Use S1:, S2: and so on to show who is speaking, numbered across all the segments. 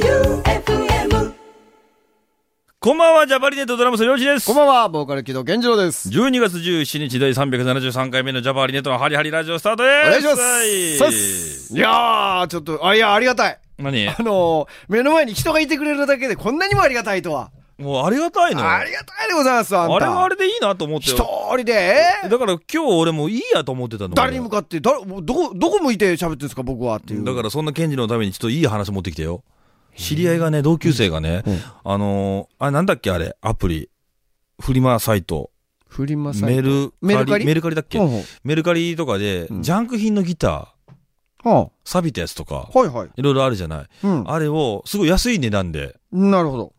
S1: J-O-E-U-F-M
S2: こんばんは、ジャパリネットドラムスのりょうちです。
S3: こんばんは、ボーカル木戸健次郎です。
S2: 12月17日第373回目のジャパリネットのハリハリラジオスタートです
S3: お願いします。
S2: は
S3: さっ
S2: い
S3: すいやー、ちょっと、あ、いや、ありがたい。
S2: 何
S3: あのー、目の前に人がいてくれるだけでこんなにもありがたいとは。
S2: もうありがたいのよ
S3: ありがたいでございます、あんた。
S2: あれはあれでいいなと思って
S3: 一
S2: よ。
S3: 人で、
S2: だから今日俺もういいやと思ってたの。
S3: 誰に向かって、誰、もうどこ、どこ向いて喋ってるんですか、僕はっていう。
S2: だからそんなケンジのためにちょっといい話持ってきてよ。知り合いがね、同級生がね、あのー、あれなんだっけあれ、アプリ。フリマサイト。
S3: フリマサイ
S2: メ
S3: ト。
S2: ル
S3: メルカリ
S2: メルカリだっけ
S3: ほうほう
S2: メルカリとかで、
S3: ん
S2: ジャンク品のギター、
S3: は
S2: 錆びたやつとか
S3: あ、、はいはい。
S2: いろいろあるじゃない。
S3: うん。
S2: あれを、すごい安い値段で、
S3: なるほど。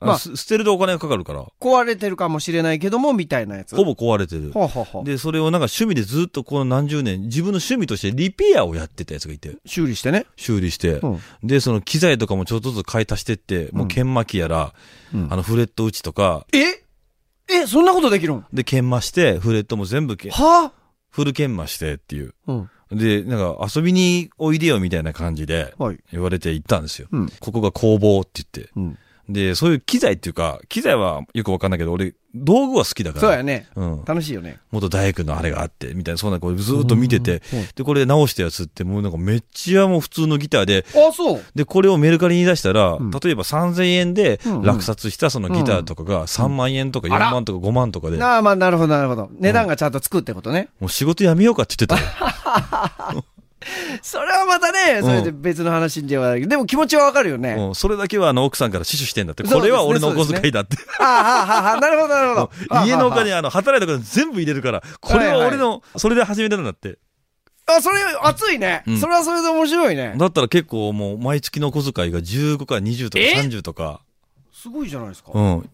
S3: まあ
S2: す捨てるとお金がかかるから、
S3: 壊れてるかもしれないけども、みたいなやつ。
S2: ほぼ壊れてる。
S3: はあはあはあ
S2: で、それをなんか趣味でずっとこの何十年、自分の趣味としてリペアをやってたやつがいて、
S3: 修理してね。
S2: 修理して、
S3: うん
S2: で、その機材とかもちょっとずつ買い足してって、もう研磨機やら、
S3: うん
S2: あのフレット打ちとか、
S3: ええ、そんなことできるん
S2: で、研磨して、フレットも全部け、
S3: は
S2: フル研磨してっていう。
S3: あうん。
S2: で、なんか遊びにおいでよみたいな感じで、
S3: はい。
S2: 言われて行ったんですよ。
S3: うん。
S2: ここが工房って言って。
S3: うん。
S2: で、そういう機材っていうか、機材はよくわかんないけど、俺、道具は好きだから。
S3: そうやね。
S2: うん。
S3: 楽しいよね。
S2: 元大工のあれがあって、みたいな、そんなこうずーっと見てて、で、これ直したやつってもうなんかめっちゃもう普通のギターで、
S3: あ、そう。
S2: で、これをメルカリに出したら、
S3: ん
S2: 例えば3000円で
S3: うんうん
S2: 落札したそのギターとかが3万円とか
S3: うん
S2: 4万とか5万とかで、も
S3: な あ、まあ、なるほど、なるほど。値段がちゃんとつくってことね。
S2: う仕事辞めようかって言ってたよ。
S3: それはまたね、それで別の話ではあるけど、でも気持ちはわかるよ ね。
S2: うん、それだけはあの奥さんから死守してんだって、
S3: そうです
S2: こ
S3: ね
S2: れは俺のお小遣いだって。。
S3: ああ、はあ、はあ、なるほど、なるほど
S2: 家のお
S3: は
S2: 金、あの、働いたから全部入れるから、これは俺の、それで始めたんだって。
S3: あ。はああ、それ、熱いね
S2: うん。
S3: それはそれで面白いね。
S2: だったら結構もう毎月のお小遣いが15から20とか
S3: え
S2: 30とか。
S3: すごいじゃないですか
S2: う。ん。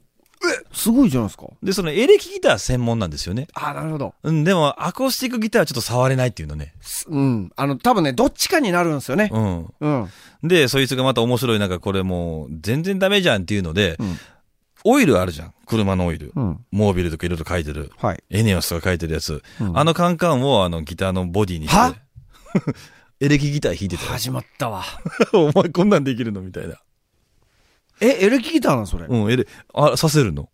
S3: すごいじゃないですか。
S2: で、そのエレキギター専門なんですよね。
S3: ああ、なるほど。
S2: うん、でも、アコースティックギターはちょっと触れないっていうのね。
S3: すうん。あの、多分ね、どっちかになるんですよね。
S2: うん。
S3: うん。
S2: で、そいつがまた面白い、なんかこれもう、全然ダメじゃんっていうので、
S3: うん
S2: オイルあるじゃん。車のオイル。
S3: うん。
S2: モービルとかいろいろ書いてる。
S3: はい。
S2: エネオスとか書いてるやつ。
S3: うん
S2: あのカンカンをあのギターのボディにし
S3: は
S2: て。エレキギター弾いてたよ。
S3: 始まったわ。
S2: お前こんなんできるのみたいな。
S3: え、エレキギターなのそれ。
S2: うん、エレ、あ、させるの。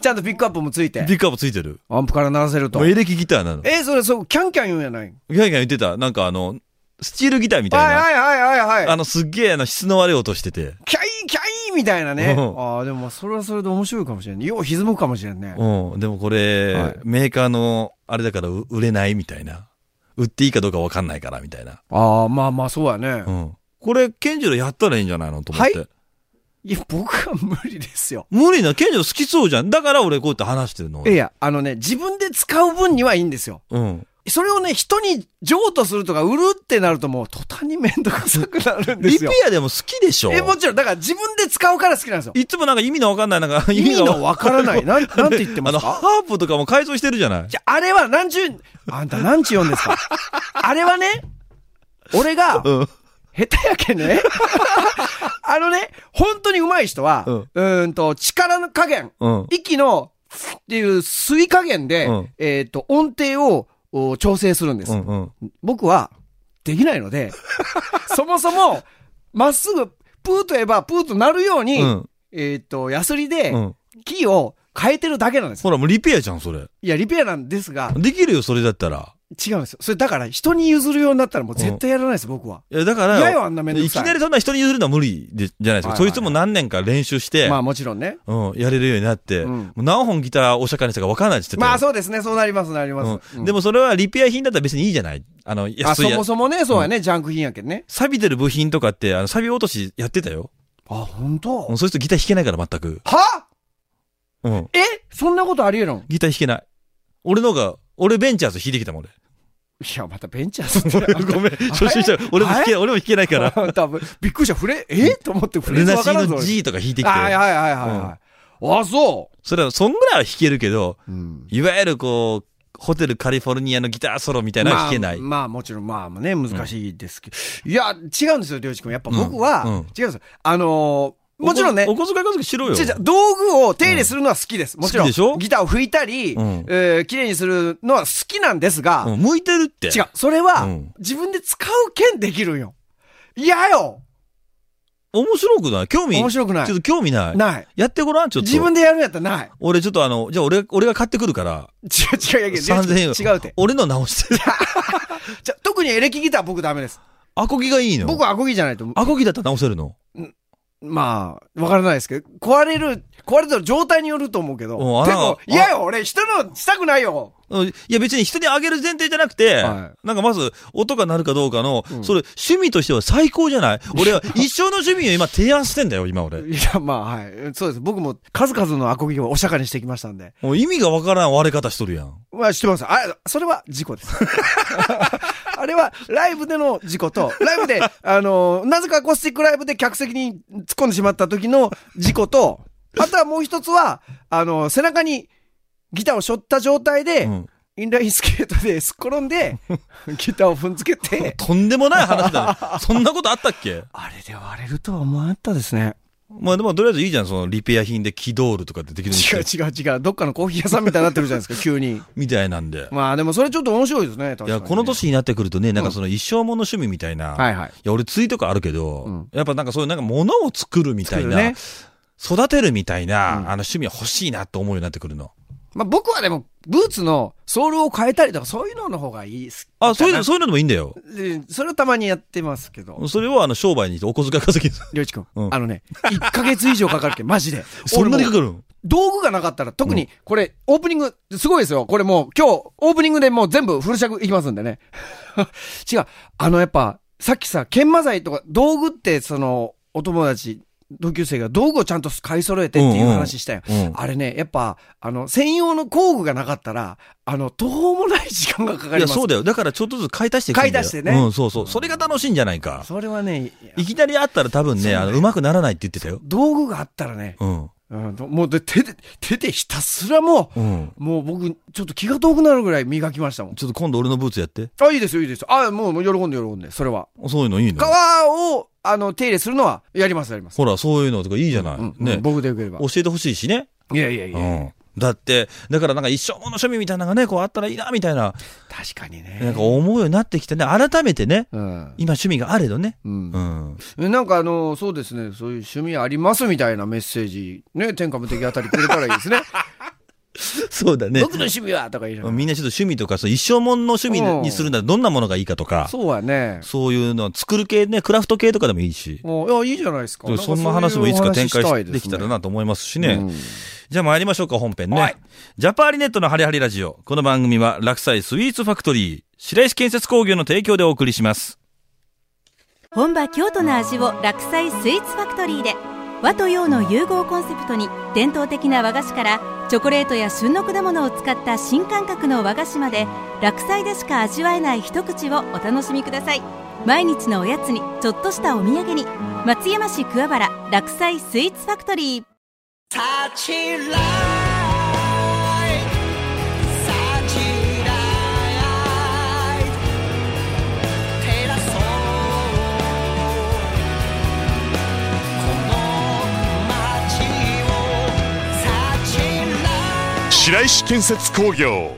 S3: ちゃんとピックアップもついて。
S2: ピックアップついてる。
S3: アンプから鳴らせると
S2: もう。エレキギターなの。ギ
S3: え、それ、そう、キャンキャン言うんやない
S2: ャンギャン言ってた。なんかあの、スチールギターみたい
S3: はい
S2: な。
S3: はいはいはいは
S2: あ
S3: い。
S2: の、すっげえあの、質の悪い音してて。
S3: キャイキャイみたいなね。
S2: うん
S3: ああ、でもまあそれはそれで面白いかもしれない。よう歪むかもしれんね。
S2: うん、でもこれ、
S3: はい
S2: メーカーのあれだからう売れないみたいな。売っていいかどうかわかんないからみたいな。
S3: ああ、まあまあそうやね
S2: う。ん。これ、ケンジロやったらいいんじゃないのと思って。
S3: はいいや、僕は無理ですよ。
S2: 無理な、ケンジロ好きそうじゃん。だから俺こうやって話してるの。
S3: いや、あのね、自分で使う分にはいいんですよ。
S2: うん。
S3: それをね、人に譲渡するとか売るってなるともう途端にめんどくさくなるんで
S2: リ
S3: す
S2: ペ
S3: よ。
S2: アでも好きでしょ
S3: え、もちろん、だから自分で使うから好きなんですよ。
S2: いつもなんか意味のわかんない、なんか
S3: 意味
S2: わ
S3: のわからな い。なん、なんて言ってます
S2: あの、
S3: か
S2: ハープとかも改造してるじゃない
S3: じゃ、あれは何十、あんた何ち読んですかあれはね、俺が、
S2: うん。
S3: 下手やけんね。 あのね、本当に上手い人は、
S2: う
S3: うんーんと、力の加減、
S2: うん。
S3: 息の、っていう吸い加減で、
S2: うん
S3: えっ、と、音程をお調整するんです。
S2: うんうん。
S3: 僕は、できない ので、そもそも、まっすぐ、プーと言えば、プーとなるように、
S2: うん
S3: えっ、と、ヤスリで
S2: う、ん。
S3: キーを変えてるだけなんです。
S2: ほら、もうリペアじゃん、それ。
S3: いや、リペアなんですが、
S2: できるよ、それだったら。
S3: 違うんですよ。それだから、人に譲るようになったらもう絶対やらないです、僕は。
S2: いや、だから、
S3: 嫌よあんな面倒くさい
S2: きなりそんな人に譲るのは無理でじゃないですか。
S3: はい
S2: そ
S3: はい
S2: いつも何年か練習して、
S3: まあもちろんね。
S2: うん、やれるようになって、
S3: うん
S2: もう何本ギターお釈迦にしたか分からないって言ってたよ
S3: まあそうですね、そうなります、そうなります。
S2: うんでもそれはリペア品だったら別にいいじゃないあの、
S3: あ、
S2: 安
S3: そ
S2: いや
S3: もそもね、そうやね、ジャンク品やけんね。
S2: 錆びてる部品とかって、あの、錆び落としやってたよ。
S3: あ、本当
S2: うん、そういう人ギター弾けないから全く。
S3: は
S2: うん。
S3: えそんなことありえるん
S2: ギター弾けない。俺のが、俺ベンチャーズ弾いてきたもん、
S3: いや、またベンチャーズって。
S2: 俺。ごめん、初心者、俺も弾け、俺も弾けないから。
S3: 多分、びっくりした。触れ、えと思って触れ
S2: ル
S3: ず
S2: ナ
S3: わ
S2: シ
S3: から
S2: ー
S3: んぞ
S2: の G とか弾いてき
S3: はい
S2: て。
S3: はいはいはいはい。あ、そ
S2: それは、そんぐらいは弾けるけど、
S3: う。うん。
S2: いわゆるこう、ホテルカリフォルニアのギターソロみたいなのは弾けない。
S3: まあ、まあもちろん、まあね、難しいですけど。いや、違うんですよ、りょうちくん。やっぱ僕
S2: うんうん
S3: は、違うんですよ。あのーもちろんね
S2: お小お小遣い稼ぎしろよ。
S3: 違う違う道具を手入れするのは好きです。もちろん。
S2: 好きでしょ
S3: ギターを拭いたり、
S2: うん
S3: えー綺麗にするのは好きなんですが、
S2: うん向いてるって。
S3: 違う。それは、
S2: うん
S3: 自分で使う剣できるんよ。嫌よ
S2: 面白くない興味。
S3: 面白くない
S2: ちょっと興味ない。
S3: ない。
S2: やってごらん、ちょっと。
S3: 自分でやるんやったらない。
S2: 俺ちょっとあの、じゃあ俺、俺が買ってくるから、
S3: 違う違うやけど
S2: 3000円。
S3: 違うって。
S2: 俺の直して。
S3: じゃ特にエレキギター僕ダメです。
S2: アコギがいいの
S3: 僕はアコギじゃないと思う。
S2: アコギだったら直せるの
S3: まあ、わからないですけど、壊れる、壊れてる状態によると思うけど。
S2: うんあ
S3: で
S2: ら
S3: も、嫌よ俺、人のしたくないよ
S2: うんいや別に人にあげる前提じゃなくて、
S3: は
S2: なんかまず音が鳴るかどうかの、それ趣味としては最高じゃない俺は一生の趣味を今提案してんだよ、今俺。
S3: いや、まあ、はい。そうです。僕も数々のアコギをお釈迦にしてきましたんで。
S2: もう意味がわからん割れ方しとるやん。
S3: まあ、してます。あ、それは事故 です。あれは、ライブでの事故と、ライブで、あのーなぜかアコースティックライブで客席に突っ込んでしまった時の事故と、あとはもう一つは、あのー背中にギターを背負った状態で、
S2: うん
S3: インラインスケートですっ転んで、ギターを踏んづけて、
S2: とんでもない話だね。 そんなことあったっけ
S3: あれで割れるとは思わなかったですね。
S2: まあでもとりあえずいいじゃん、そのリペア品で気ドールとかってできるんです
S3: 違う
S2: よ
S3: 違う違う。どっかのコーヒー屋さんみたいになってるじゃないですか、急に。
S2: みたいなんで。
S3: まあでもそれちょっと面白いですね、確か
S2: い
S3: にね、
S2: や、この年になってくるとね、なんかその一生もの趣味みたいな。
S3: はいはい。
S2: いや、俺、釣りとかあるけど、やっぱなんかそういう、なんか物を作るみたいな、
S3: 作るね
S2: 育てるみたいな、あの趣味は欲しいなと思うようになってくるの。
S3: まあ、僕はでも、ブーツのソールを変えたりとか、そういうのの方がいいっす。
S2: あ、そういうの、そういうのでもいいんだよ。
S3: でそれをたまにやってますけど。
S2: それをあの商売にしてお小遣い稼ぎ する。
S3: りょうちくん,、
S2: うん
S3: あのね、1ヶ月以上かか るけん、マジで。
S2: そんなにか
S3: る
S2: かるん
S3: 道具がなかったら、特に、これ、オープニング、すごいですよ。これもう、今日、オープニングでもう全部フル尺いきますんでね。 違う。あの、やっぱ、さっきさ、研磨剤とか、道具って、その、お友達、同級生が道具をちゃんと買い揃えてっていう話したよ。
S2: うんうん
S3: あれね、やっぱ、あの、専用の工具がなかったら、あの、途方もない時間がかか
S2: い
S3: りま
S2: や、
S3: す。
S2: そうだよ。だからちょっとずつ買い足していくんだよ。
S3: 買い足してね
S2: うん、そうそう。それが楽しいんじゃないか。
S3: それはね、いや
S2: いきなりあったら多分ね、あの、うまくならないって言ってたよ。
S3: 道具があったらね、
S2: うん。
S3: うん、もうで手で、手でひたすらもう、
S2: うん。
S3: もう僕、ちょっと気が遠くなるぐらい磨きましたもん。
S2: ちょっと今度俺のブーツやって。
S3: あ、いいですよ、いいですよ。あ、もう、もう喜んで、喜んで、それは。
S2: そういうのいいの
S3: 革を、あの、手入れするのは、やります、やります。
S2: ほら、そういうのとかいいじゃない。
S3: うん、
S2: ね、
S3: うん僕でよければ。
S2: 教えてほしいしね。
S3: いやいやいや、
S2: うん。だって、だからなんか一生もの趣味みたいなのがね、こうあったらいいな、みたいな、
S3: 確かにね。
S2: なんか思うようになってきてね、改めてね、
S3: うん。
S2: 今趣味があれどね。
S3: うん
S2: うん。
S3: なんかあの、そうですね、そういう趣味ありますみたいなメッセージ、ね、天下無敵あたりくれたらいいですね。
S2: そうだね
S3: 僕。の趣味はとか言いながら
S2: みんなちょっと趣味とか、その一生もんの趣味
S3: うん
S2: にするならどんなものがいいかとか、
S3: そうやね。
S2: そういうの、作る系ね、クラフト系とかでもいいし。
S3: もう、いや、いいじゃないですか。なんか
S2: そんな話もいつか展開
S3: そういうお話
S2: した
S3: しいすね
S2: できたらなと思いますし
S3: う
S2: ね
S3: ん。
S2: じゃあ参りましょうか、本編
S3: は
S2: ね
S3: い。
S2: ジャパーリネットのハリハリラジオ。この番組は、落栽スイーツファクトリー、白石建設工業の提供でお送りします。
S4: 本場京都の味を落菜スイーツファクトリーで和と洋の融合コンセプトに伝統的な和菓子からチョコレートや旬の果物を使った新感覚の和菓子まで落菜でしか味わえない一口をお楽しみください毎日のおやつにちょっとしたお土産に松山市桑原落菜スイーツファクトリー
S5: 白石建設工業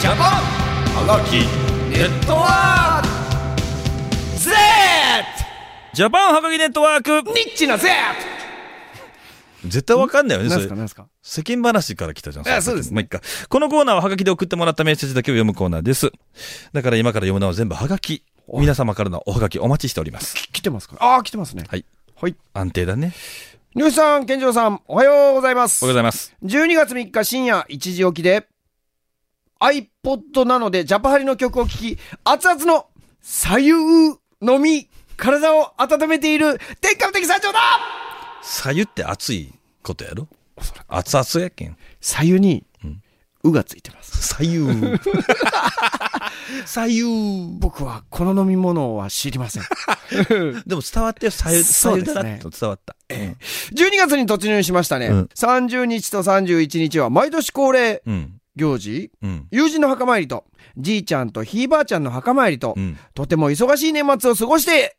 S3: ジャパンはがきネットワーク Z!
S2: ジャパンはがきネットワーク
S3: ニッチな Z!
S2: 絶対わかんないよね、
S3: 何
S2: そ
S3: す
S2: れ
S3: か。何すか
S2: 世間話から来たじゃん。
S3: あそうですね
S2: まあ、いっか。このコーナーはハガキで送ってもらったメッセージだけを読むコーナーです。だから今から読むのは全部ハガキ。皆様からのおはがきお待ちしております。
S3: 来てますかああ、来てますね。
S2: はい。
S3: はい。
S2: 安定だね。
S3: 漁師さん、健郎さん、おはようございます
S2: お。はようございます。
S3: 12月3日深夜1時起きで、iPod なのでジャパハリの曲を聴き、熱々の左右のみ、体を温めている天下無敵山頂だ
S2: さゆって熱いことやろ熱々やけん。
S3: 左右に、うがついてます。
S2: さゆ さゆ
S3: 僕はこの飲み物は知りま せん。
S2: でも伝わってよ、さゆ、さ
S3: そう
S2: ゆ
S3: で
S2: だ
S3: すね
S2: なと伝わった。
S3: 12月に突入しましたね。
S2: うん
S3: 30日と31日は毎年恒例、
S2: うん。
S3: 行事
S2: うん。
S3: 友人の墓参りと、じいちゃんとひいばあちゃんの墓参りと、
S2: うん。
S3: とても忙しい年末を過ごして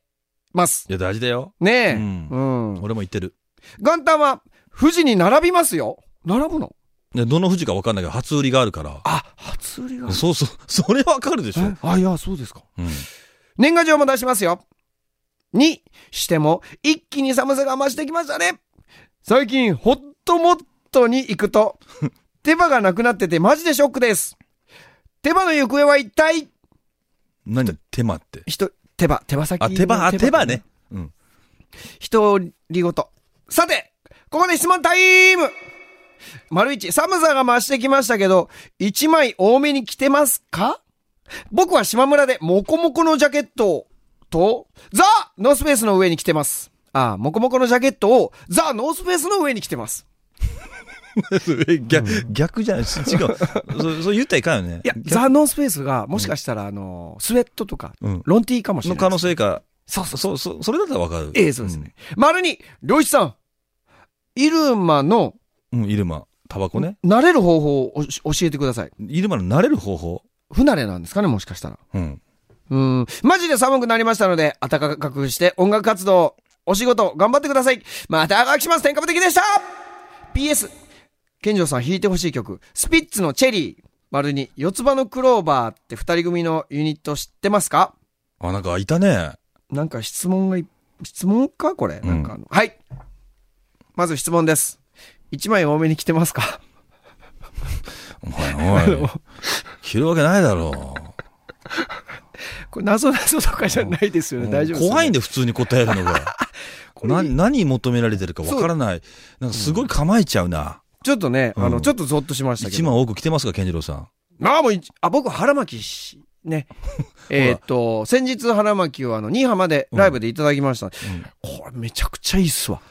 S3: ます。
S2: いや、大事だよ。
S3: ねえ。う
S2: うん
S3: ん。
S2: 俺も言ってる。
S3: 元旦は、富士に並びますよ。並ぶの
S2: ねどの富士か分かんないけど、初売りがあるから。
S3: あ、初売りが
S2: そうそう、それ分かるでしょ。
S3: あ、いや、そうですか。
S2: うん。
S3: 年賀状も出しますよ。にしても、一気に寒さが増してきましたね。最近、ホットモットに行く と、手羽がなくなっててマジでショックです。手羽の行方は一体
S2: 何手間って。
S3: 人、手羽、手羽先
S2: あ、手羽、あ、手羽ね。。うん。
S3: 独り言。さて、ここで質問タイム丸一、寒さが増してきましたけど、一枚多めに着てますか僕は島村でモコモコのジャケットと、ザ・ノースフェイスの上に着てます。ああ、モコモコのジャケットをザ・ノースフェイスの上に着てます。
S2: 逆、逆じゃないし違う。そう、 そう言ったらいかんよね。
S3: いや、ザ・ノースフェイスが、もしかしたら、あの、スウェットとか、
S2: うん
S3: ロンティーかもしれ
S2: の
S3: ない
S2: 可
S3: で
S2: 能
S3: す。
S2: 性か。
S3: そうそう
S2: そう、そう、それだったら分かる。
S3: ええ、そうですね。丸二、漁師さん、イルマの
S2: うん。うん、イルマ。タバコね。
S3: 慣れる方法をおし教えてください。
S2: イルマの慣れる方法。
S3: 不慣れなんですかね、もしかしたら。
S2: うん。
S3: うん。マジで寒くなりましたので、暖かくして音楽活動、お仕事、頑張ってください。また赤木します。天下無敵でした !PS、健城さん弾いてほしい曲、スピッツのチェリー。丸に、四つ葉のクローバーって二人組のユニット知ってますか
S2: あ、なんかいたね。
S3: なんか質問がい、質問かこれ。なんかあの、はい。まず質問です。一枚多めに着てますか
S2: お前、 おい。着るわけないだろう。
S3: これ謎謎とかじゃないですよね。大丈夫ですよね、
S2: 怖いんで普通に答えるの がな何求められてるかわからないなんかすごい構えちゃうな、
S3: ちょっとね、あ
S2: う
S3: の、
S2: ん
S3: ちょっとゾッとしましたけ
S2: 一
S3: ど。
S2: 枚多く着てますか健次郎さん
S3: なあ、もうい、あ、僕、腹巻きし、 ね。えーっと、先日腹巻きをあの、新浜でライブでいただきました。これめちゃくちゃいいっすわ。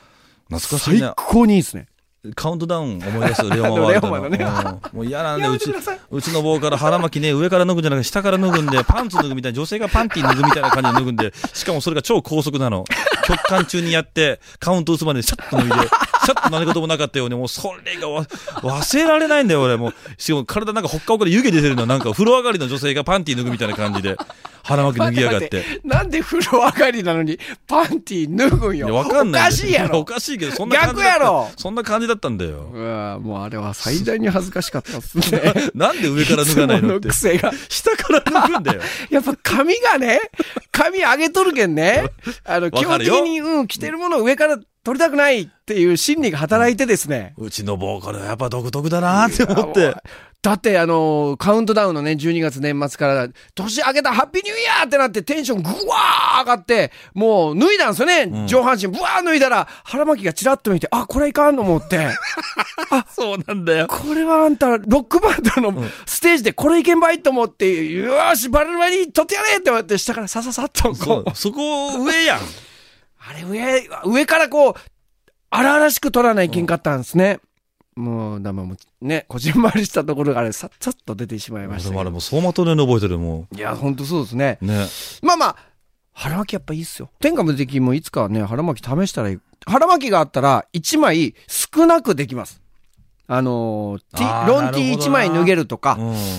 S2: 懐かしい
S3: 最
S2: な
S3: 高にいいっすね。
S2: カウントダウン思い出すレオマワールドの
S3: あの レオマ
S2: うんもう嫌なんで
S3: や
S2: う
S3: めて
S2: ち
S3: くださいう
S2: ちの棒から腹巻きね上から脱ぐんじゃなくて下から脱ぐんでパンツ脱ぐみたいな女性がパンティ脱ぐみたいな感じで脱ぐんでしかもそれが超高速なの極寒中にやってカウント打つまでシャッと脱いでシャッと何事もなかったようにもうそれがわ忘れられないんだよ俺もうしかも体なんかほっかほかで湯気出てるのなんか風呂上がりの女性がパンティ脱ぐみたいな感じで腹巻き脱ぎやがっ
S3: 待
S2: て
S3: 待。なんで風呂上がりなのに、パンティー脱ぐん
S2: い
S3: よ。
S2: やわかんないんだよ
S3: おかしいや
S2: やお
S3: ろ。
S2: かしいけどそんな感じ
S3: 逆や
S2: だ
S3: ろ
S2: ったそんな感じだったんだよ
S3: うわもうあれは最大に恥ずかしかった っすね。
S2: なんで上から脱がないのっ
S3: いつも
S2: て
S3: の癖が。
S2: 下から 脱ぐんだよ
S3: やっぱ髪がね、髪上げとるけんね。あの、基
S2: わか
S3: 本
S2: る
S3: 的
S2: よ
S3: に、うん、着てるものを上から取りたくないっていう心理が働いてですね。
S2: うちのボーカルはやっぱ独特だなって思って。
S3: だってあのーカウントダウンのね、12月年末から、年明けたハッピーニューイヤーってなってテンションぐわー上がって、もう脱いだんですよね、
S2: ん
S3: 上半身、ぶわー脱いだら、腹巻きがチラッと見て、あ、これいかんと思って、
S2: そうなんだよ。
S3: これはあんた、ロックバンドのステージでこれいけんばいと思って、よーし、バレる前に取ってやれって思って、下からさささっと
S2: そ
S3: こ
S2: う
S3: う、
S2: そこ上やん。
S3: あれ上、上からこう、荒々しく取らないけんかったんですね。もう、だめもうね、こじんまりしたところがあれ、さっさっと出てしまいました
S2: で
S3: け
S2: も
S3: ど
S2: あれもう相馬とね覚えてるも
S3: いや、ほんとそうですね。
S2: ん。ね。
S3: まあまあ、腹巻きやっぱいいっすよ。天下無敵もいつかはね、腹巻き試したらいい。腹巻きがあったら、1枚少なくできます。あのー、T-
S2: あー
S3: ロン
S2: なるほどな
S3: T 1枚脱げるとか、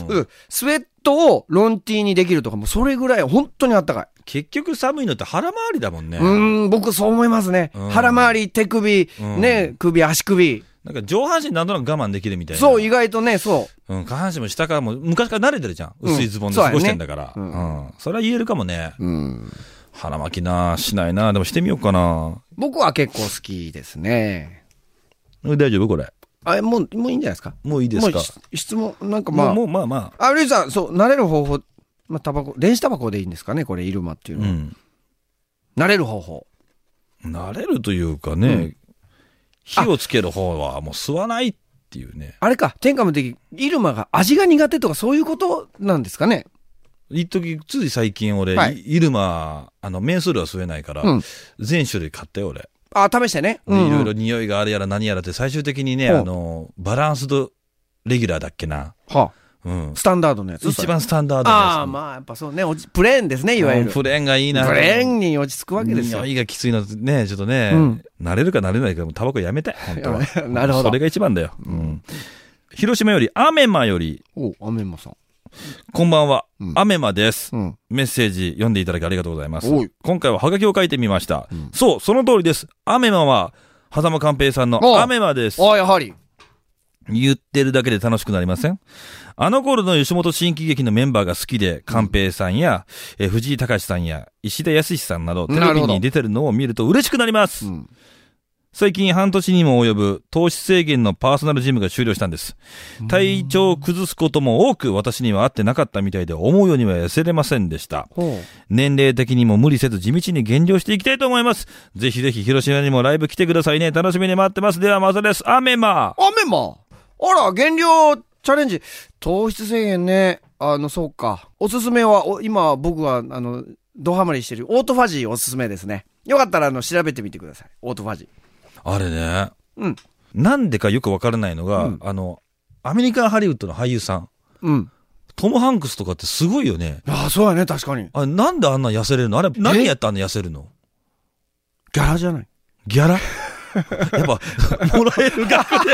S2: う。
S3: うんんスウェットをロン T にできるとか、もうそれぐらい本当にあったかい。
S2: 結局寒いのって腹回りだもんね。
S3: うーん、僕そう思いますね。
S2: うん
S3: 腹回り、手首、
S2: うん
S3: ね、首、足首。
S2: なんか上半身なんとなく我慢できるみたいな。
S3: そう、意外とね、そ
S2: うん。下半身も下からもう昔から慣れてるじゃん。
S3: うん
S2: 薄いズボンで
S3: そうや
S2: 過
S3: ね
S2: ごしてんだから。
S3: う
S2: うんん。それは言えるかもね。
S3: う。うん。
S2: 腹巻きなしないなでもしてみようかな
S3: 僕は結構好きですね。
S2: うん大丈夫これ。
S3: あれ、もう、もういいんじゃないですか
S2: もういいですか
S3: もうし質問、なんかまあ。
S2: もう、もうまあま
S3: あ、ルイさん、そう、慣れる方法、まあ、タバコ、電子タバコでいいんですかね、これ、イルマってい
S2: あ。
S3: う
S2: う
S3: のは。
S2: ん。
S3: 慣れる方法。
S2: 慣れるというか
S3: う
S2: ね、火をつける方はもう吸わないっていうね。
S3: あれか、天下無敵、イルマが味が苦手とかそういうことなんですかね。
S2: 一時つい最近俺、
S3: はい
S2: イルマ、あの、メンソールは吸えないから、
S3: うん
S2: 全種類買ったよ、俺。
S3: あ、試してね。
S2: で
S3: うんうん
S2: いろいろ匂いがあるやら何やらって、最終的にね、
S3: ほう
S2: あの、バランスドレギュラーだっけな。
S3: は
S2: うん
S3: あ、。スタンダードのやつ。
S2: 一番スタンダード
S3: ああー、
S2: あ、
S3: まあ、やっぱそうね、落ちプレーンですね、いわゆる。
S2: うん
S3: プ
S2: プレーンがいいな。
S3: レーンに落ち着くわけですよ
S2: 匂。いがきついのね、ちょっとね、
S3: うん 。
S2: 慣れるか慣れないかもうタバコやめたい、本当は
S3: なるほど
S2: それが一番だよ。うん。広島よりアメマより、
S3: おアメンマさん。
S2: こんばんは、
S3: うん
S2: アメマです。
S3: うん。
S2: メッセージ読んでいただきありがとうございます
S3: おい。
S2: 今回はハガキを書いてみました。
S3: ん
S2: そう、その通りです。アメマは、狭間寛平さん
S3: おう
S2: のアメマです。
S3: ああ、やはり。
S2: 言ってるだけで楽しくなりませんあの頃の吉本新喜劇のメンバーが好きで、寛平さんや、えー藤井隆さんや、石田康さんなど、テレ
S3: なる
S2: ビ
S3: ほど
S2: に出てるのを見ると嬉しくなりま
S3: う
S2: す。
S3: ん。
S2: 最近半年にも及ぶ糖質制限のパーソナルジムが終了したんです。体調を崩すことも多く私には合ってなかったみたいで思うようには痩せれませんでした。
S3: ほ
S2: 年齢的にも無理せず地道に減量していきたいと思います。ぜひぜひ広島にもライブ来てくださいね。楽しみに待ってます。ではまたです。アメマ
S3: アメンマあら、減量チャレンジ。糖質制限ね。あの、そうか。おすすめは、お今僕は、あの、ドハマりしてる、オートファジーおすすめですね。よかったら、あの、調べてみてください。オートファジー。
S2: あれね。
S3: うん。
S2: なんでかよくわからないのが、
S3: うん
S2: あの、アメリカンハリウッドの俳優さん、
S3: うん。
S2: トム・ハンクスとかってすごいよね。
S3: ああ、そうやね、確かに。
S2: あなんであんな痩せれるのあれ、何やったらあんな痩せるの
S3: ギャラじゃない。
S2: ギャラやっ ぱ、もらえる額で、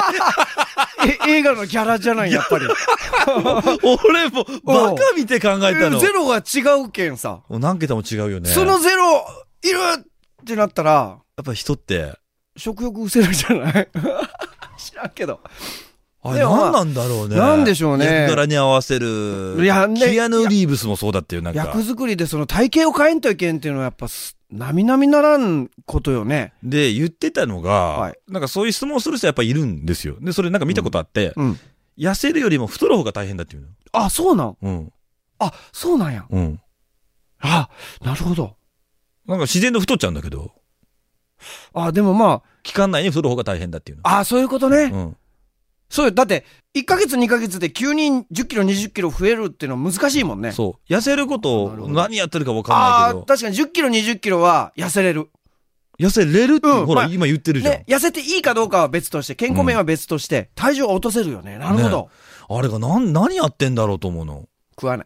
S3: え、映画のギャラじゃない、やっぱり。
S2: 俺もバカ見て考えたの
S3: ゼ。ロが違うけんさ。
S2: もう何桁も違うよね。
S3: そ
S2: や
S3: のゼロ、いるってなったら、
S2: っぱ人って、
S3: 食欲失せるんじゃない 知らんけど。
S2: あれ
S3: でもまあ
S2: 何なんだろうね。
S3: なんでしょうね
S2: 役柄に合わせる。
S3: いやね
S2: キアヌ・リーブスもそうだっていう、なんか
S3: 役。作りでその体型を変えんといけんっていうのはやっぱす、なみなみならんことよね。
S2: で、言ってたのが、
S3: はい
S2: なんかそういう質問をする人やっぱいるんですよ。で、それなんか見たことあって、
S3: うん。
S2: 痩せるよりも太る方が大変だっていうの。
S3: あ、そうなん。
S2: うん。
S3: あ、そうなんや。
S2: うん。
S3: あ、なるほど。
S2: なんか自然と太っちゃうんだけど、
S3: あ、でもま
S2: 期間内に太る方が大変だっていうの。
S3: あ、あ、そういうことね。
S2: うん。
S3: そうよ。だって、1ヶ月2ヶ月で急に10キロ20キロ増えるっていうのは難しいもんね。
S2: そう。痩せること
S3: な
S2: を
S3: るほど
S2: 何やってるか分か
S3: あ
S2: んな
S3: あ
S2: い
S3: ー、確かに10キロ20キロは痩せれる。
S2: けど、痩せれるって、
S3: うん
S2: ほら、
S3: まあ
S2: 今言ってるじゃん。
S3: ね、痩せていいかどうかは別として、健康面は別として、体重は落とせるよね。なるほど。
S2: あれが何、何やってんだろうと思うの。
S3: 食わない。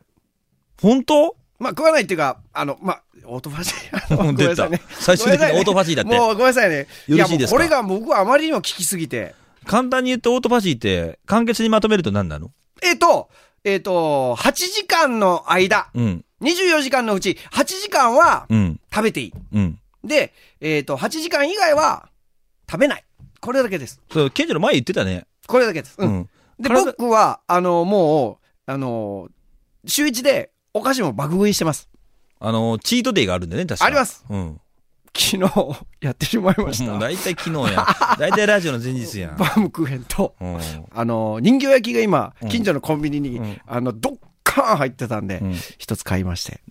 S2: 本当
S3: まあ、食わないっていうか、あの、まあ、オートファジー。ごめんなさいね
S2: 出た最終的にオートファジーだって
S3: もうごめんなさいね。
S2: よろしいですか
S3: やもうこれが僕はあまりにも聞きすぎて。
S2: 簡単に言ってオートファジーって、簡潔にまとめると何なの
S3: えっ、と、えっ、と、8時間の間、
S2: うん。
S3: 24時間のうち8時間は
S2: うん。
S3: 食べていい。
S2: うん。
S3: で、えっ、と、8時間以外は食べない。これだけです。
S2: そう、ケンジの前言ってたね。
S3: これだけです。
S2: う
S3: うん。
S2: ん。
S3: で、
S2: 体
S3: 僕は、あの、もう、あの、週1でお菓子も爆食いしてます。
S2: あの、チートデイがあるんでね、確か
S3: あります。
S2: うん。も
S3: 昨日、やってしまいまし
S2: う
S3: た。
S2: 大体昨日や。大体ラジオの前日 やん。
S3: バームクーヘンと。
S2: うん。
S3: あの、人形焼きが今
S2: う、ん
S3: 近所のコンビニに、
S2: うん
S3: あの、どっかん入ってたんで
S2: うん、
S3: 一、つ買いまして。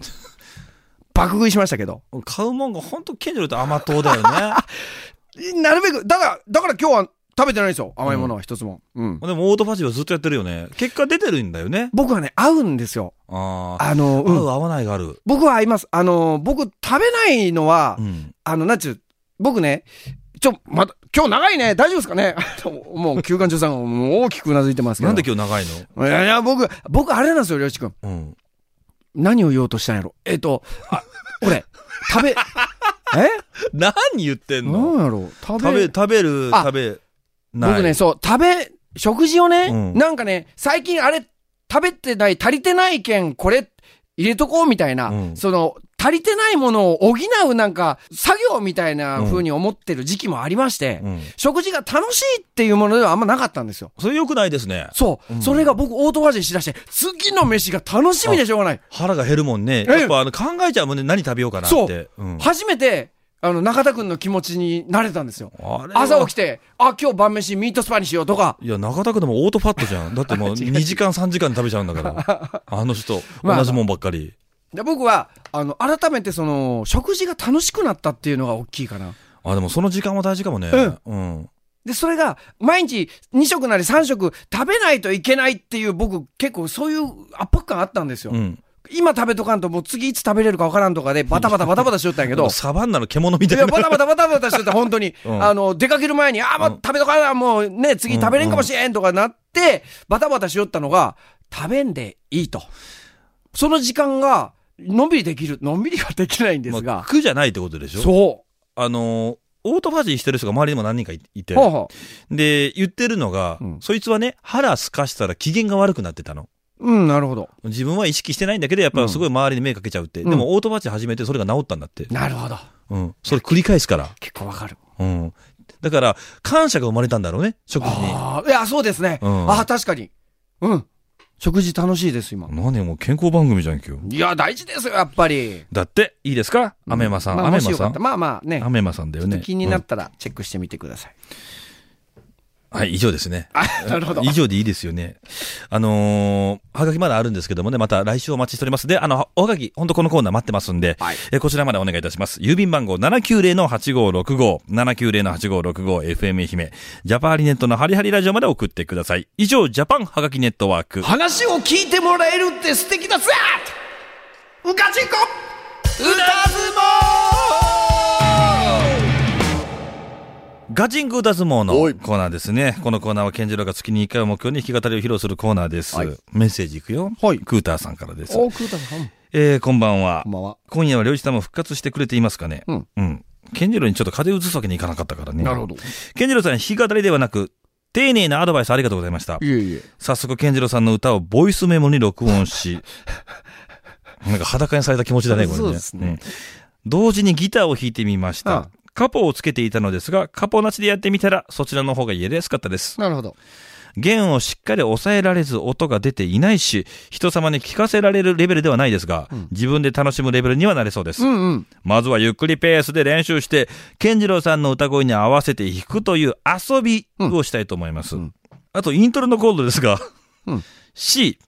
S3: 爆食いしましたけど。
S2: 買うもんが本当ケンジのと甘党だよね。
S3: なるべく、だから、だから今日は食べてないんですよ。甘いものは一つも。うん。
S2: でもオートファジーはずっとやってるよね。結果出てるんだよね。
S3: 僕はね、合うんですよ。
S2: ああ。
S3: あの、うん
S2: 合う合わないがある。
S3: 僕は合います。あの、僕食べないのは、
S2: うん。
S3: あの、なんちゅう、僕ね、ちょ、また、今日長いね、大丈夫ですかね もう、休館中さんがもう大きくうなずいてますけど。
S2: なんで今日長いの
S3: いやいや、僕、僕あれなんですよ、りょうちくん。
S2: うん。
S3: 何を言おうとしたんやろ。えっ、と、あ、俺、食べ、え
S2: 何言ってんの
S3: 何やろう食
S2: 食べ、
S3: べ、
S2: 食べる、
S3: あ
S2: 食べ、ない。
S3: 僕ね、そう、食べ、食事をね、
S2: うん
S3: なんかね、最近あれ、食べてない、足りてないけん、これ、入れとこうみたいな、
S2: うん
S3: その、足りてないものを補うなんか、作業みたいな風に思ってる時期もありまして、
S2: うん。
S3: 食事が楽しいっていうものではあんまなかったんですよ。
S2: それ良くないですね。
S3: そう、それが僕、オートファジーしだして、次の飯が楽しみでしょうがない。
S2: 腹が減るもんね。
S3: ええ
S2: やっぱあの考えちゃうもんね。何食べようかなって。
S3: そう
S2: うん
S3: 初めて、あの、中田くんの気持ちになれたんですよ。
S2: あれは
S3: 朝起きて、あ、今日晩飯ミートスパにしようとか、
S2: いや、中田区でもオートファットじゃ ん。だってもう2時間3時間で食べちゃうんだから。あの人、
S3: まあ
S2: 同じもんばっかり。
S3: で僕はあの改めてその食事が楽しくなったっていうのが大きいかな
S2: あ、でもその時間は大事かもね。
S3: うん
S2: うん。
S3: でそれが毎日2食なり3食食べないといけないっていう僕結構そういう圧迫感あったんですよ、
S2: うん。
S3: 今食べとかんともう次いつ食べれるかわからんとか でバタバタバタバタしとったんやけど
S2: サバンナの獣み
S3: い
S2: たい
S3: や
S2: な。
S3: バタバタバタバタしとった本当に、
S2: うん
S3: あの出かける前にあー、まあ、食べとかなもうね次食べれんかもしれんとかなってバタバタしよったのが食べんでいいとその時間がのんびりできるのんびりはできないんです
S2: まあ
S3: が、
S2: 苦じゃないってことでしょ
S3: そう
S2: あのーオートファジーしてる人が周りにも何人かいいて、
S3: ほうほ
S2: で、言ってるのが、
S3: うん
S2: そいつはね、腹すかしたら機嫌が悪くなってたの。
S3: う。うん、なるほど。
S2: 自分は意識してないんだけど、やっぱすごい周りに目かけちゃうって。
S3: うん
S2: でも、オートファジー始めてそれが治ったんだって。
S3: なるほど。
S2: うん。それ繰り返すから。
S3: 結構わかる。
S2: うん。だから、感謝が生まれたんだろうね、食事に。
S3: ああ、いや、そうですね。
S2: うん
S3: ああ、確かに。うん。食事楽しいです、今。
S2: 何よ、もう健康番組じゃん、今日。
S3: いや、大事ですよ、やっぱり。
S2: だって、いいですかアメマさん。
S3: まあ
S2: アメ
S3: もし
S2: マ
S3: よか
S2: さ
S3: った
S2: ん。
S3: まあまあね
S2: ア。メマさんだよね。
S3: 気にな
S2: う
S3: っ
S2: ん
S3: たらチェックしてみてください。
S2: はい、以上ですね。
S3: あ、なるほど。
S2: 以上でいいですよね。あのー、はがきまだあるんですけどもね、また来週お待ちしております。で、あの、おはがき、本当このコーナー待ってますんで、
S3: はい
S2: えーこちらまでお願いいたします。郵便番号790-8565、790-8565、FM 愛媛、ジャパーリネットのハリハリラジオまで送ってください。以上、ジャパンはがきネットワーク。
S3: 話を聞いてもらえるって素敵だぜうかちんこ歌
S2: ガチンコ歌相撲のコ
S5: おい
S2: ーナーですね。このコーナーは、健次郎が月に1回を目標に弾き語りを披露するコーナーです。
S3: はい
S2: メッセージいくよ。
S3: はい
S2: クーターさんからです
S3: 相撲。お、く歌さん。
S2: えー、こんばんは
S3: こん。ばんは。
S2: 今夜は両一さんも復活してくれていますかね。
S3: うん。
S2: うん。健次郎にちょっと風邪移すわけにいかなかったからね。
S3: なるほど。い
S2: 健次郎さん、弾き語りではなく、丁寧なアドバイスありがとうございました。
S3: えいえ。
S2: 早速、健次郎さんの歌をボイスメモに録音し、 なんか裸にされた気持ちだね、これね。
S3: そうですね
S2: ん同時にギターを弾いてみました。
S3: ああ
S2: カポをつけていたのですが、カポなしでやってみたら、そちらの方がやりやすかったです。
S3: なるほど。
S2: 弦をしっかり抑えられず音が出ていないし、人様に聞かせられるレベルではないですが、自分で楽しむレベルにはなれそうです。
S3: うんうん。
S2: まずはゆっくりペースで練習して、健次郎さんの歌声に合わせて弾くという遊びをしたいと思います。あと、イントロのコードですが、
S3: うん
S2: C、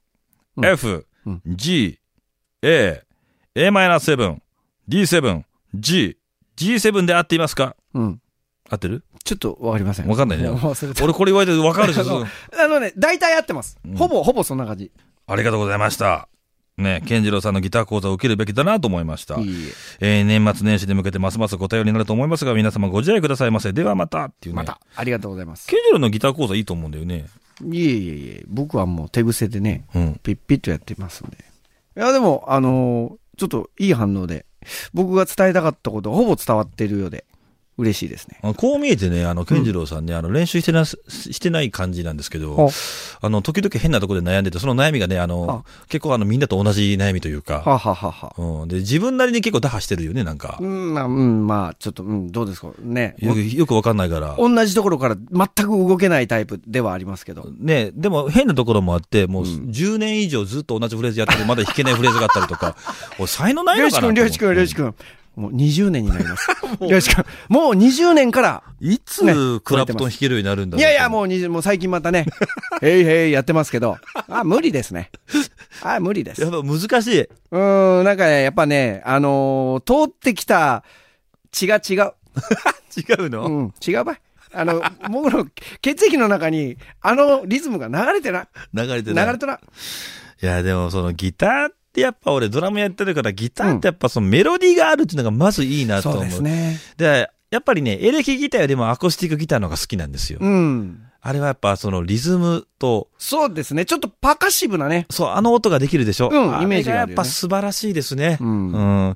S3: ん
S2: F、
S3: うん
S2: G、A、A-7、D7、G、G7 で合っていますか
S3: うん。
S2: 合ってる
S3: ちょっとわかりません。
S2: わかんないね
S3: もう忘れた。
S2: 俺これ言われてわかる でしょ
S3: あのね、大体合ってます
S2: うん。
S3: ほぼ、ほぼそんな感じ。
S2: ありがとうございました。ね、健次郎さんのギター講座を受けるべきだなと思いました。
S3: いいえ。
S2: えー年末年始に向けてますますご頼りになると思いますが、皆様ご自愛くださいませ。ではまたっていうね。
S3: また、ありがとうございます。
S2: ケンジロのギター講座いいと思うんだよね。
S3: いえいえいえ、僕はもう手癖でね、
S2: うん。
S3: ピッピッとやってますんで。いや、でも、あのーちょっといい反応で、僕が伝えたかったことがほぼ伝わってるようで、嬉しいですね。
S2: あのこう見えてね、あの、健次郎さんね、あの、練習してなす、してない感じなんですけど
S3: お、
S2: あの、時々変なところで悩んでて、その悩みがね、あの、結構あの、みんなと同じ悩みというか、
S3: はははは。
S2: うん。で、自分なりに結構打破してるよね、なんか
S3: う。ん、まあ、うん、まあ、ちょっと、うん、どうですかね。
S2: よく、よくわかんないから。
S3: 同じところから全く動けないタイプではありますけど。
S2: ねでも変なところもあって、もう10年以上ずっと同じフレーズやってて、まだ弾けないフレーズがあったりと か、俺、才能ない
S3: りょう
S2: の
S3: し
S2: かな
S3: 君、りょうし君、りょうし君。もう20年になり ます。りょうし君。もう20年から、
S2: いつ、
S3: ね
S2: クラプトン弾けるようになるんだろう
S3: いやいや、もう20、もう最近ま たね、へいへいやってますけど、あ、無理ですね。あ、無理です。
S2: やっぱ難しい。
S3: うーん、なんかね、やっぱね、あのー通ってきた血が違う。
S2: 違うの、
S3: うん、違うばい。あの、 僕の血液の中に、あのリズムが流れてない。
S2: 流れて
S3: 流
S2: ない。
S3: れてない。
S2: いや、でもそのギターってやっぱ俺ドラムやってるからギターってやっぱそのメロディーがあるっていうのがまずいいなと
S3: そ
S2: 思う。
S3: うですね。
S2: で、やっぱりね、エレキギターよりもアコースティックギターの方が好きなんですよ。
S3: うん。
S2: あれはやっぱそのリズムと、
S3: そうですね。ちょっとパーカッシブなね。
S2: そう、あの音ができるでしょ
S3: うんイメージが
S2: や
S3: あ
S2: っ
S3: るよね
S2: ぱ素晴らしいですね。
S3: うん
S2: うん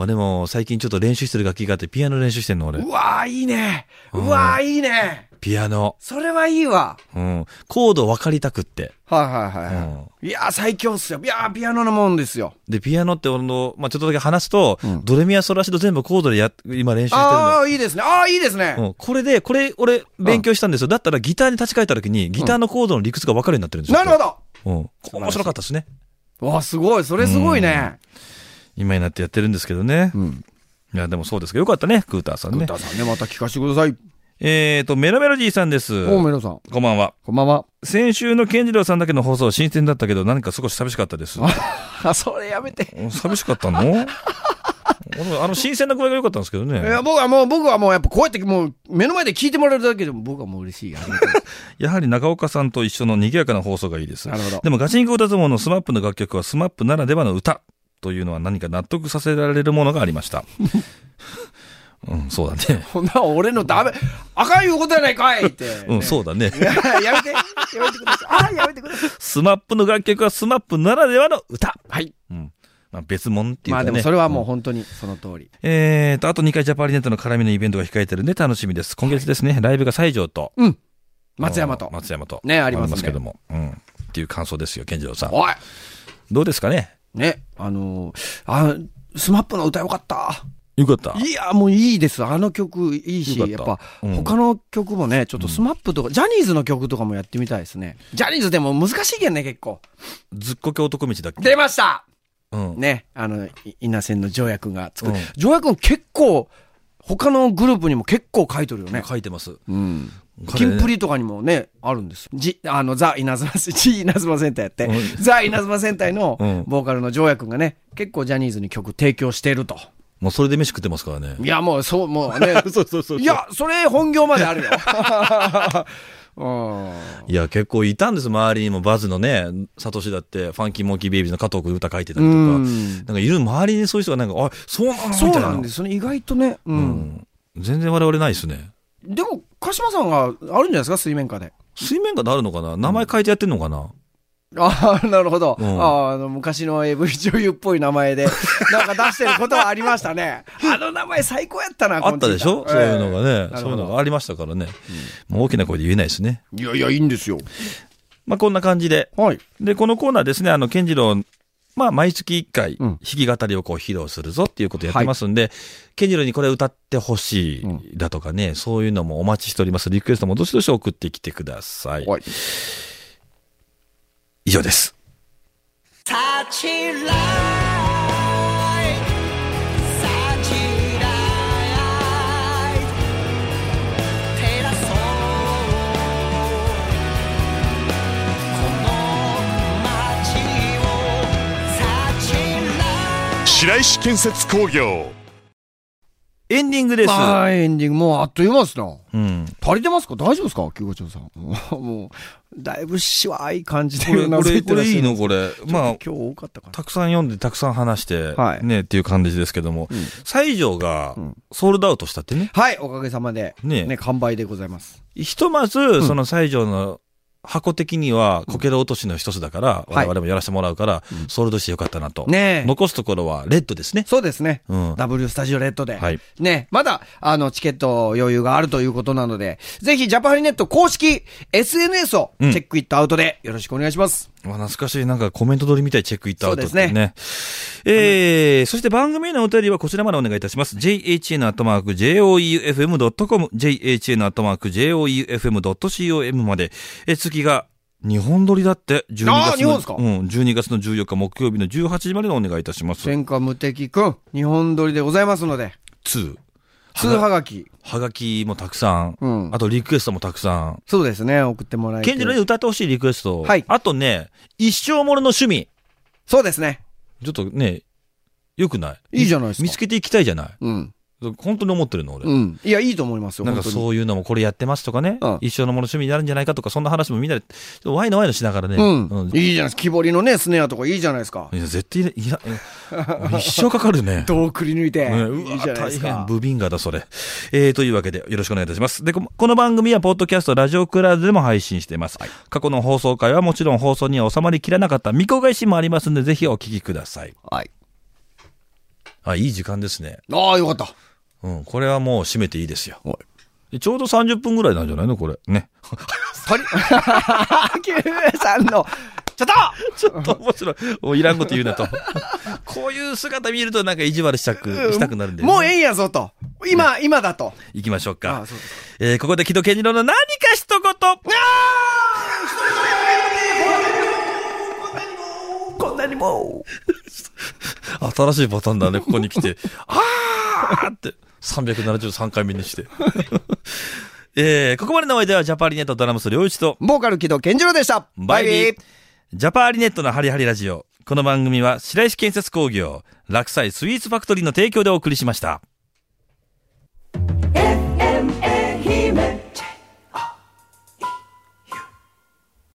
S2: 俺も最近ちょっと練習してる楽器があってピアノ練習してんの俺
S3: う。わー、いいね。うわー、いいね。
S2: ピアノ。
S3: それはいいわ。
S2: うん。コード分かりたくって。
S3: はいはいはい
S2: い
S3: は。
S2: はい
S3: いやー、最強っすよ。いやー、ピアノのもんですよ。
S2: で、ピアノって俺の、まあ、ちょっとだけ話すと、ドレミアソラシド全部コードでや、今練習してるの。
S3: ああ、いいですね。ああ、いいですね。
S2: うん、これで、これ、俺、勉強したんですよ。だったらギターに立ち返った時に、ギターのコードの理屈が分かるようになってるんですよ。
S3: なるほど。
S2: ど。うん。面白かったですね。
S3: わあ、すごい。それすごいね。
S2: 今になってやってるんですけどね。
S3: ん
S2: いや、でもそうですけど、よかったね、クーターさん
S3: グ
S2: ね
S3: ッ。タさんね、また聞かせてください。
S2: えーと、メロメロディーさんです。
S3: おめろさん。
S2: こんばんは。
S3: こんばんは。
S2: 先週の健次郎さんだけの放送、新鮮だったけど、何か少し寂しかった です。
S3: あ、それやめて。
S2: うん寂しかったの 俺あの、新鮮な声が良かったんですけど
S3: い
S2: ね
S3: や、。僕はもう、僕はもう、やっぱこうやって、もう、目の前で聞いてもらえるだけでも、僕はもう 嬉しい。ありがとう
S2: やはり中岡さんと一緒の賑やかな放送がいいです。
S3: なるほど
S2: でもガチンコ歌相撲のスマップの楽曲はスマップならではの歌というのは何か納得させられるものがありま した。うん、そうだね。
S3: こんな俺のダメ、あかんいうことやないかいって。
S2: うん、そうだね。
S3: やめて、やめてください。あーやめてください。
S2: スマップの楽曲はスマップならではの歌。
S3: はい。
S2: うん。まあ、別物っていう
S3: ま
S2: か
S3: あ
S2: ね。
S3: でもそれはもう本当にその通り。
S2: えーと、あと2回ジャパンリネットの絡みのイベントが控えてるんで楽しみです。今月ですね、ライブが西条と。
S3: うん。松山と。
S2: 松山と。
S3: ねありますね
S2: けども。うん。っていう感想ですよ、健次郎さん。
S3: おい
S2: どうですかね
S3: ね、あのーあ、スマップの歌よかった。
S2: よかった。
S3: いや、もういいです。あの曲いいし、
S2: よ
S3: やっ
S2: かっ
S3: ぱ
S2: た、うん
S3: 他の曲もね、ちょっとスマップとか、ジャニーズの曲とかもやってみたいですね。ジャニーズでも難しいけんね、結構。
S2: ずっこけ男道だっけ
S3: 出ました
S2: うん。
S3: ね、あの、い稲線のジョーヤ君が作る
S2: うん。
S3: ジョーヤ君結構、他のグループにも結構書いとるよね。
S2: 書いてます。
S3: うん。キ
S2: 彼ね
S3: ンプリとかにもね、あるんです。じ、あの、ザ・稲妻、 ジ・稲妻戦隊やって、
S2: うん
S3: ザ・稲妻戦隊の
S2: うん
S3: ボーカルのジョーヤ君がね、結構ジャニーズに曲提供していると。
S2: もうそれで飯食ってますからね。
S3: いや、もう、そう、もうね、
S2: そうそうそ
S3: いや、それ本業まであるよ。 うん
S2: いや、結構いたんです、周りにも。バズのね、サトシだって、ファンキーモンキーベイビーズの加藤君歌書いてたりとか。
S3: うん
S2: なんかいる、周りにそういう人がなんか、あ、そうなのみた
S3: そ
S2: いうな。
S3: なんですね、意外とね。う。
S2: うんん。全然我々ないですね。
S3: でも、鹿島さんがあるんじゃないですか、水面下で。
S2: 水面下であるのかな名前変えてやってんのかな、
S3: ああ、なるほど。
S2: うん
S3: あーあの昔の AV 女優っぽい名前で、 なんか出してることはありましたね。あの名前最高やったな、
S2: あったでしょ、
S3: こ
S2: そう
S3: のツイ
S2: い
S3: ッ
S2: う
S3: ター
S2: のが
S3: え
S2: ね、
S3: え
S2: そういうの
S3: なるほ
S2: がありましたからね。もう大きな声で言えないですね。
S3: どいやいや、いいんですよ。
S2: まあこんな感じで。
S3: はい。
S2: で、このコーナーですね、あの、健次郎、まあ毎月1回、
S3: うん
S2: 弾き語りをこう披露するぞっていうことやってますんで、健次郎にこれ歌ってほしいだとかね、そういうのもお待ちしております。リクエストもどしどし送ってきてください。
S3: はい
S2: 以上です。
S5: 白石建設工業
S2: エンディングです。
S3: まあ、エンディング、もうあっという間ですな。
S2: うん。
S3: 足りてますか大丈夫ですか九五長さん。 もう、だいぶしわい感じで
S2: これ、こ
S3: うなず
S2: れ、
S3: いて
S2: こ
S3: らっ
S2: れ
S3: し
S2: いい
S3: ゃます
S2: のこれ。まあ
S3: 今、日多かったか
S2: たくさん読んで、たくさん話して、
S3: はい
S2: ね、っていう感じですけども、
S3: ん
S2: 西条が
S3: うん
S2: ソールドアウトしたってね、
S3: ら。はい、おかげさまで。
S2: ね
S3: ね完売でございます。
S2: ひとまず、その西条の箱的には、こけら落としの一つだから、
S3: うん
S2: 我々もやらせてもらうから、ソールドしてよかったなと。
S3: ねえ
S2: 残すところは、レッドですね。
S3: そうですね。
S2: うん。
S3: W スタジオレッドで。
S2: はい
S3: ね、まだ、あの、チケット余裕があるということなので、ぜひ、ジャパハリネット公式 SNS をチ
S2: う
S3: ェ
S2: ん
S3: ックイットアウトでよろしくお願いします。
S2: まあ、懐かしい、なんかコメント取りみたいチェックイットアウトってね。
S3: そう
S2: えー、そして番組へのお便りはこちらまでお願いいたします。jhn.joeufm.com、jhn.joeufm.com まで。え、月が、日本撮りだって、12月の。
S3: あー日本ですか
S2: うん、12月の14日木曜日の18時までのお願いいたします。
S3: 天下無敵くん、日本撮りでございますので、
S2: 2。
S3: 通はがき、
S2: はがきもたくさん。
S3: うん
S2: あとリクエストもたくさん。
S3: そうですね、送ってもらえ
S2: ケンジロに
S3: て。
S2: 歌ってほしいリクエスト。
S3: はい
S2: あとね、一生ものの趣味。
S3: そうですね。
S2: ちょっとね、よくない
S3: いいじゃないですか
S2: 見つけていきたいじゃない
S3: うん。
S2: 本当に思ってるの、俺。
S3: うん。いや、いいと思いますよ、
S2: なん
S3: 本
S2: か
S3: 当に。
S2: そういうのもこれやってますとかね、
S3: うん
S2: 一生のもの趣味になるんじゃないかとか、そんな話もみんなで、ちょっとワイのワイのしながらね、
S3: う
S2: うんん。
S3: いいじゃないですか。木彫りのね、スネアとかいいじゃないですか。
S2: いや絶対いら、いや一生かかる ね。
S3: どうくり抜いて。
S2: ねう
S3: いい
S2: わ
S3: じゃないです
S2: 大変
S3: か。
S2: ブビンガーだそれ、えーというわけでよろしくお願いいたしますでここの番組はポッドキャストラジオクラウドでも配信しています、過去の放送回はもちろん放送には収まりきらなかった未公開シーンもありますのでぜひお聞きください
S3: はい。
S2: あいい時間ですね
S3: ああ、よかった。
S2: うんこれはもう締めていいですよ
S3: はい
S2: でちょうど30分ぐらいなんじゃないのこれ ね
S3: 鳥キューさんの、ちょっと
S2: ちょっと面白いもういらんこと言うなとこういう姿見るとなんか意地悪したくしたくなるんで、
S3: もうええんやぞと。今、今だと。
S2: 行きましょうか
S3: あそうです
S2: えーここで木戸健二郎の何か一言
S3: こんなにも。
S2: 新しいパターンだね、ここに来て。 あーって、373回目にして。 えー、ここまでのお相手はジャパーリネットドラムス両一と、
S3: ボーカル木戸健次郎でした。
S2: バイビー。ジャパーリネットのハリハリラジオ。この番組は白石建設工業、落栽スイーツファクトリーの提供でお送りしました。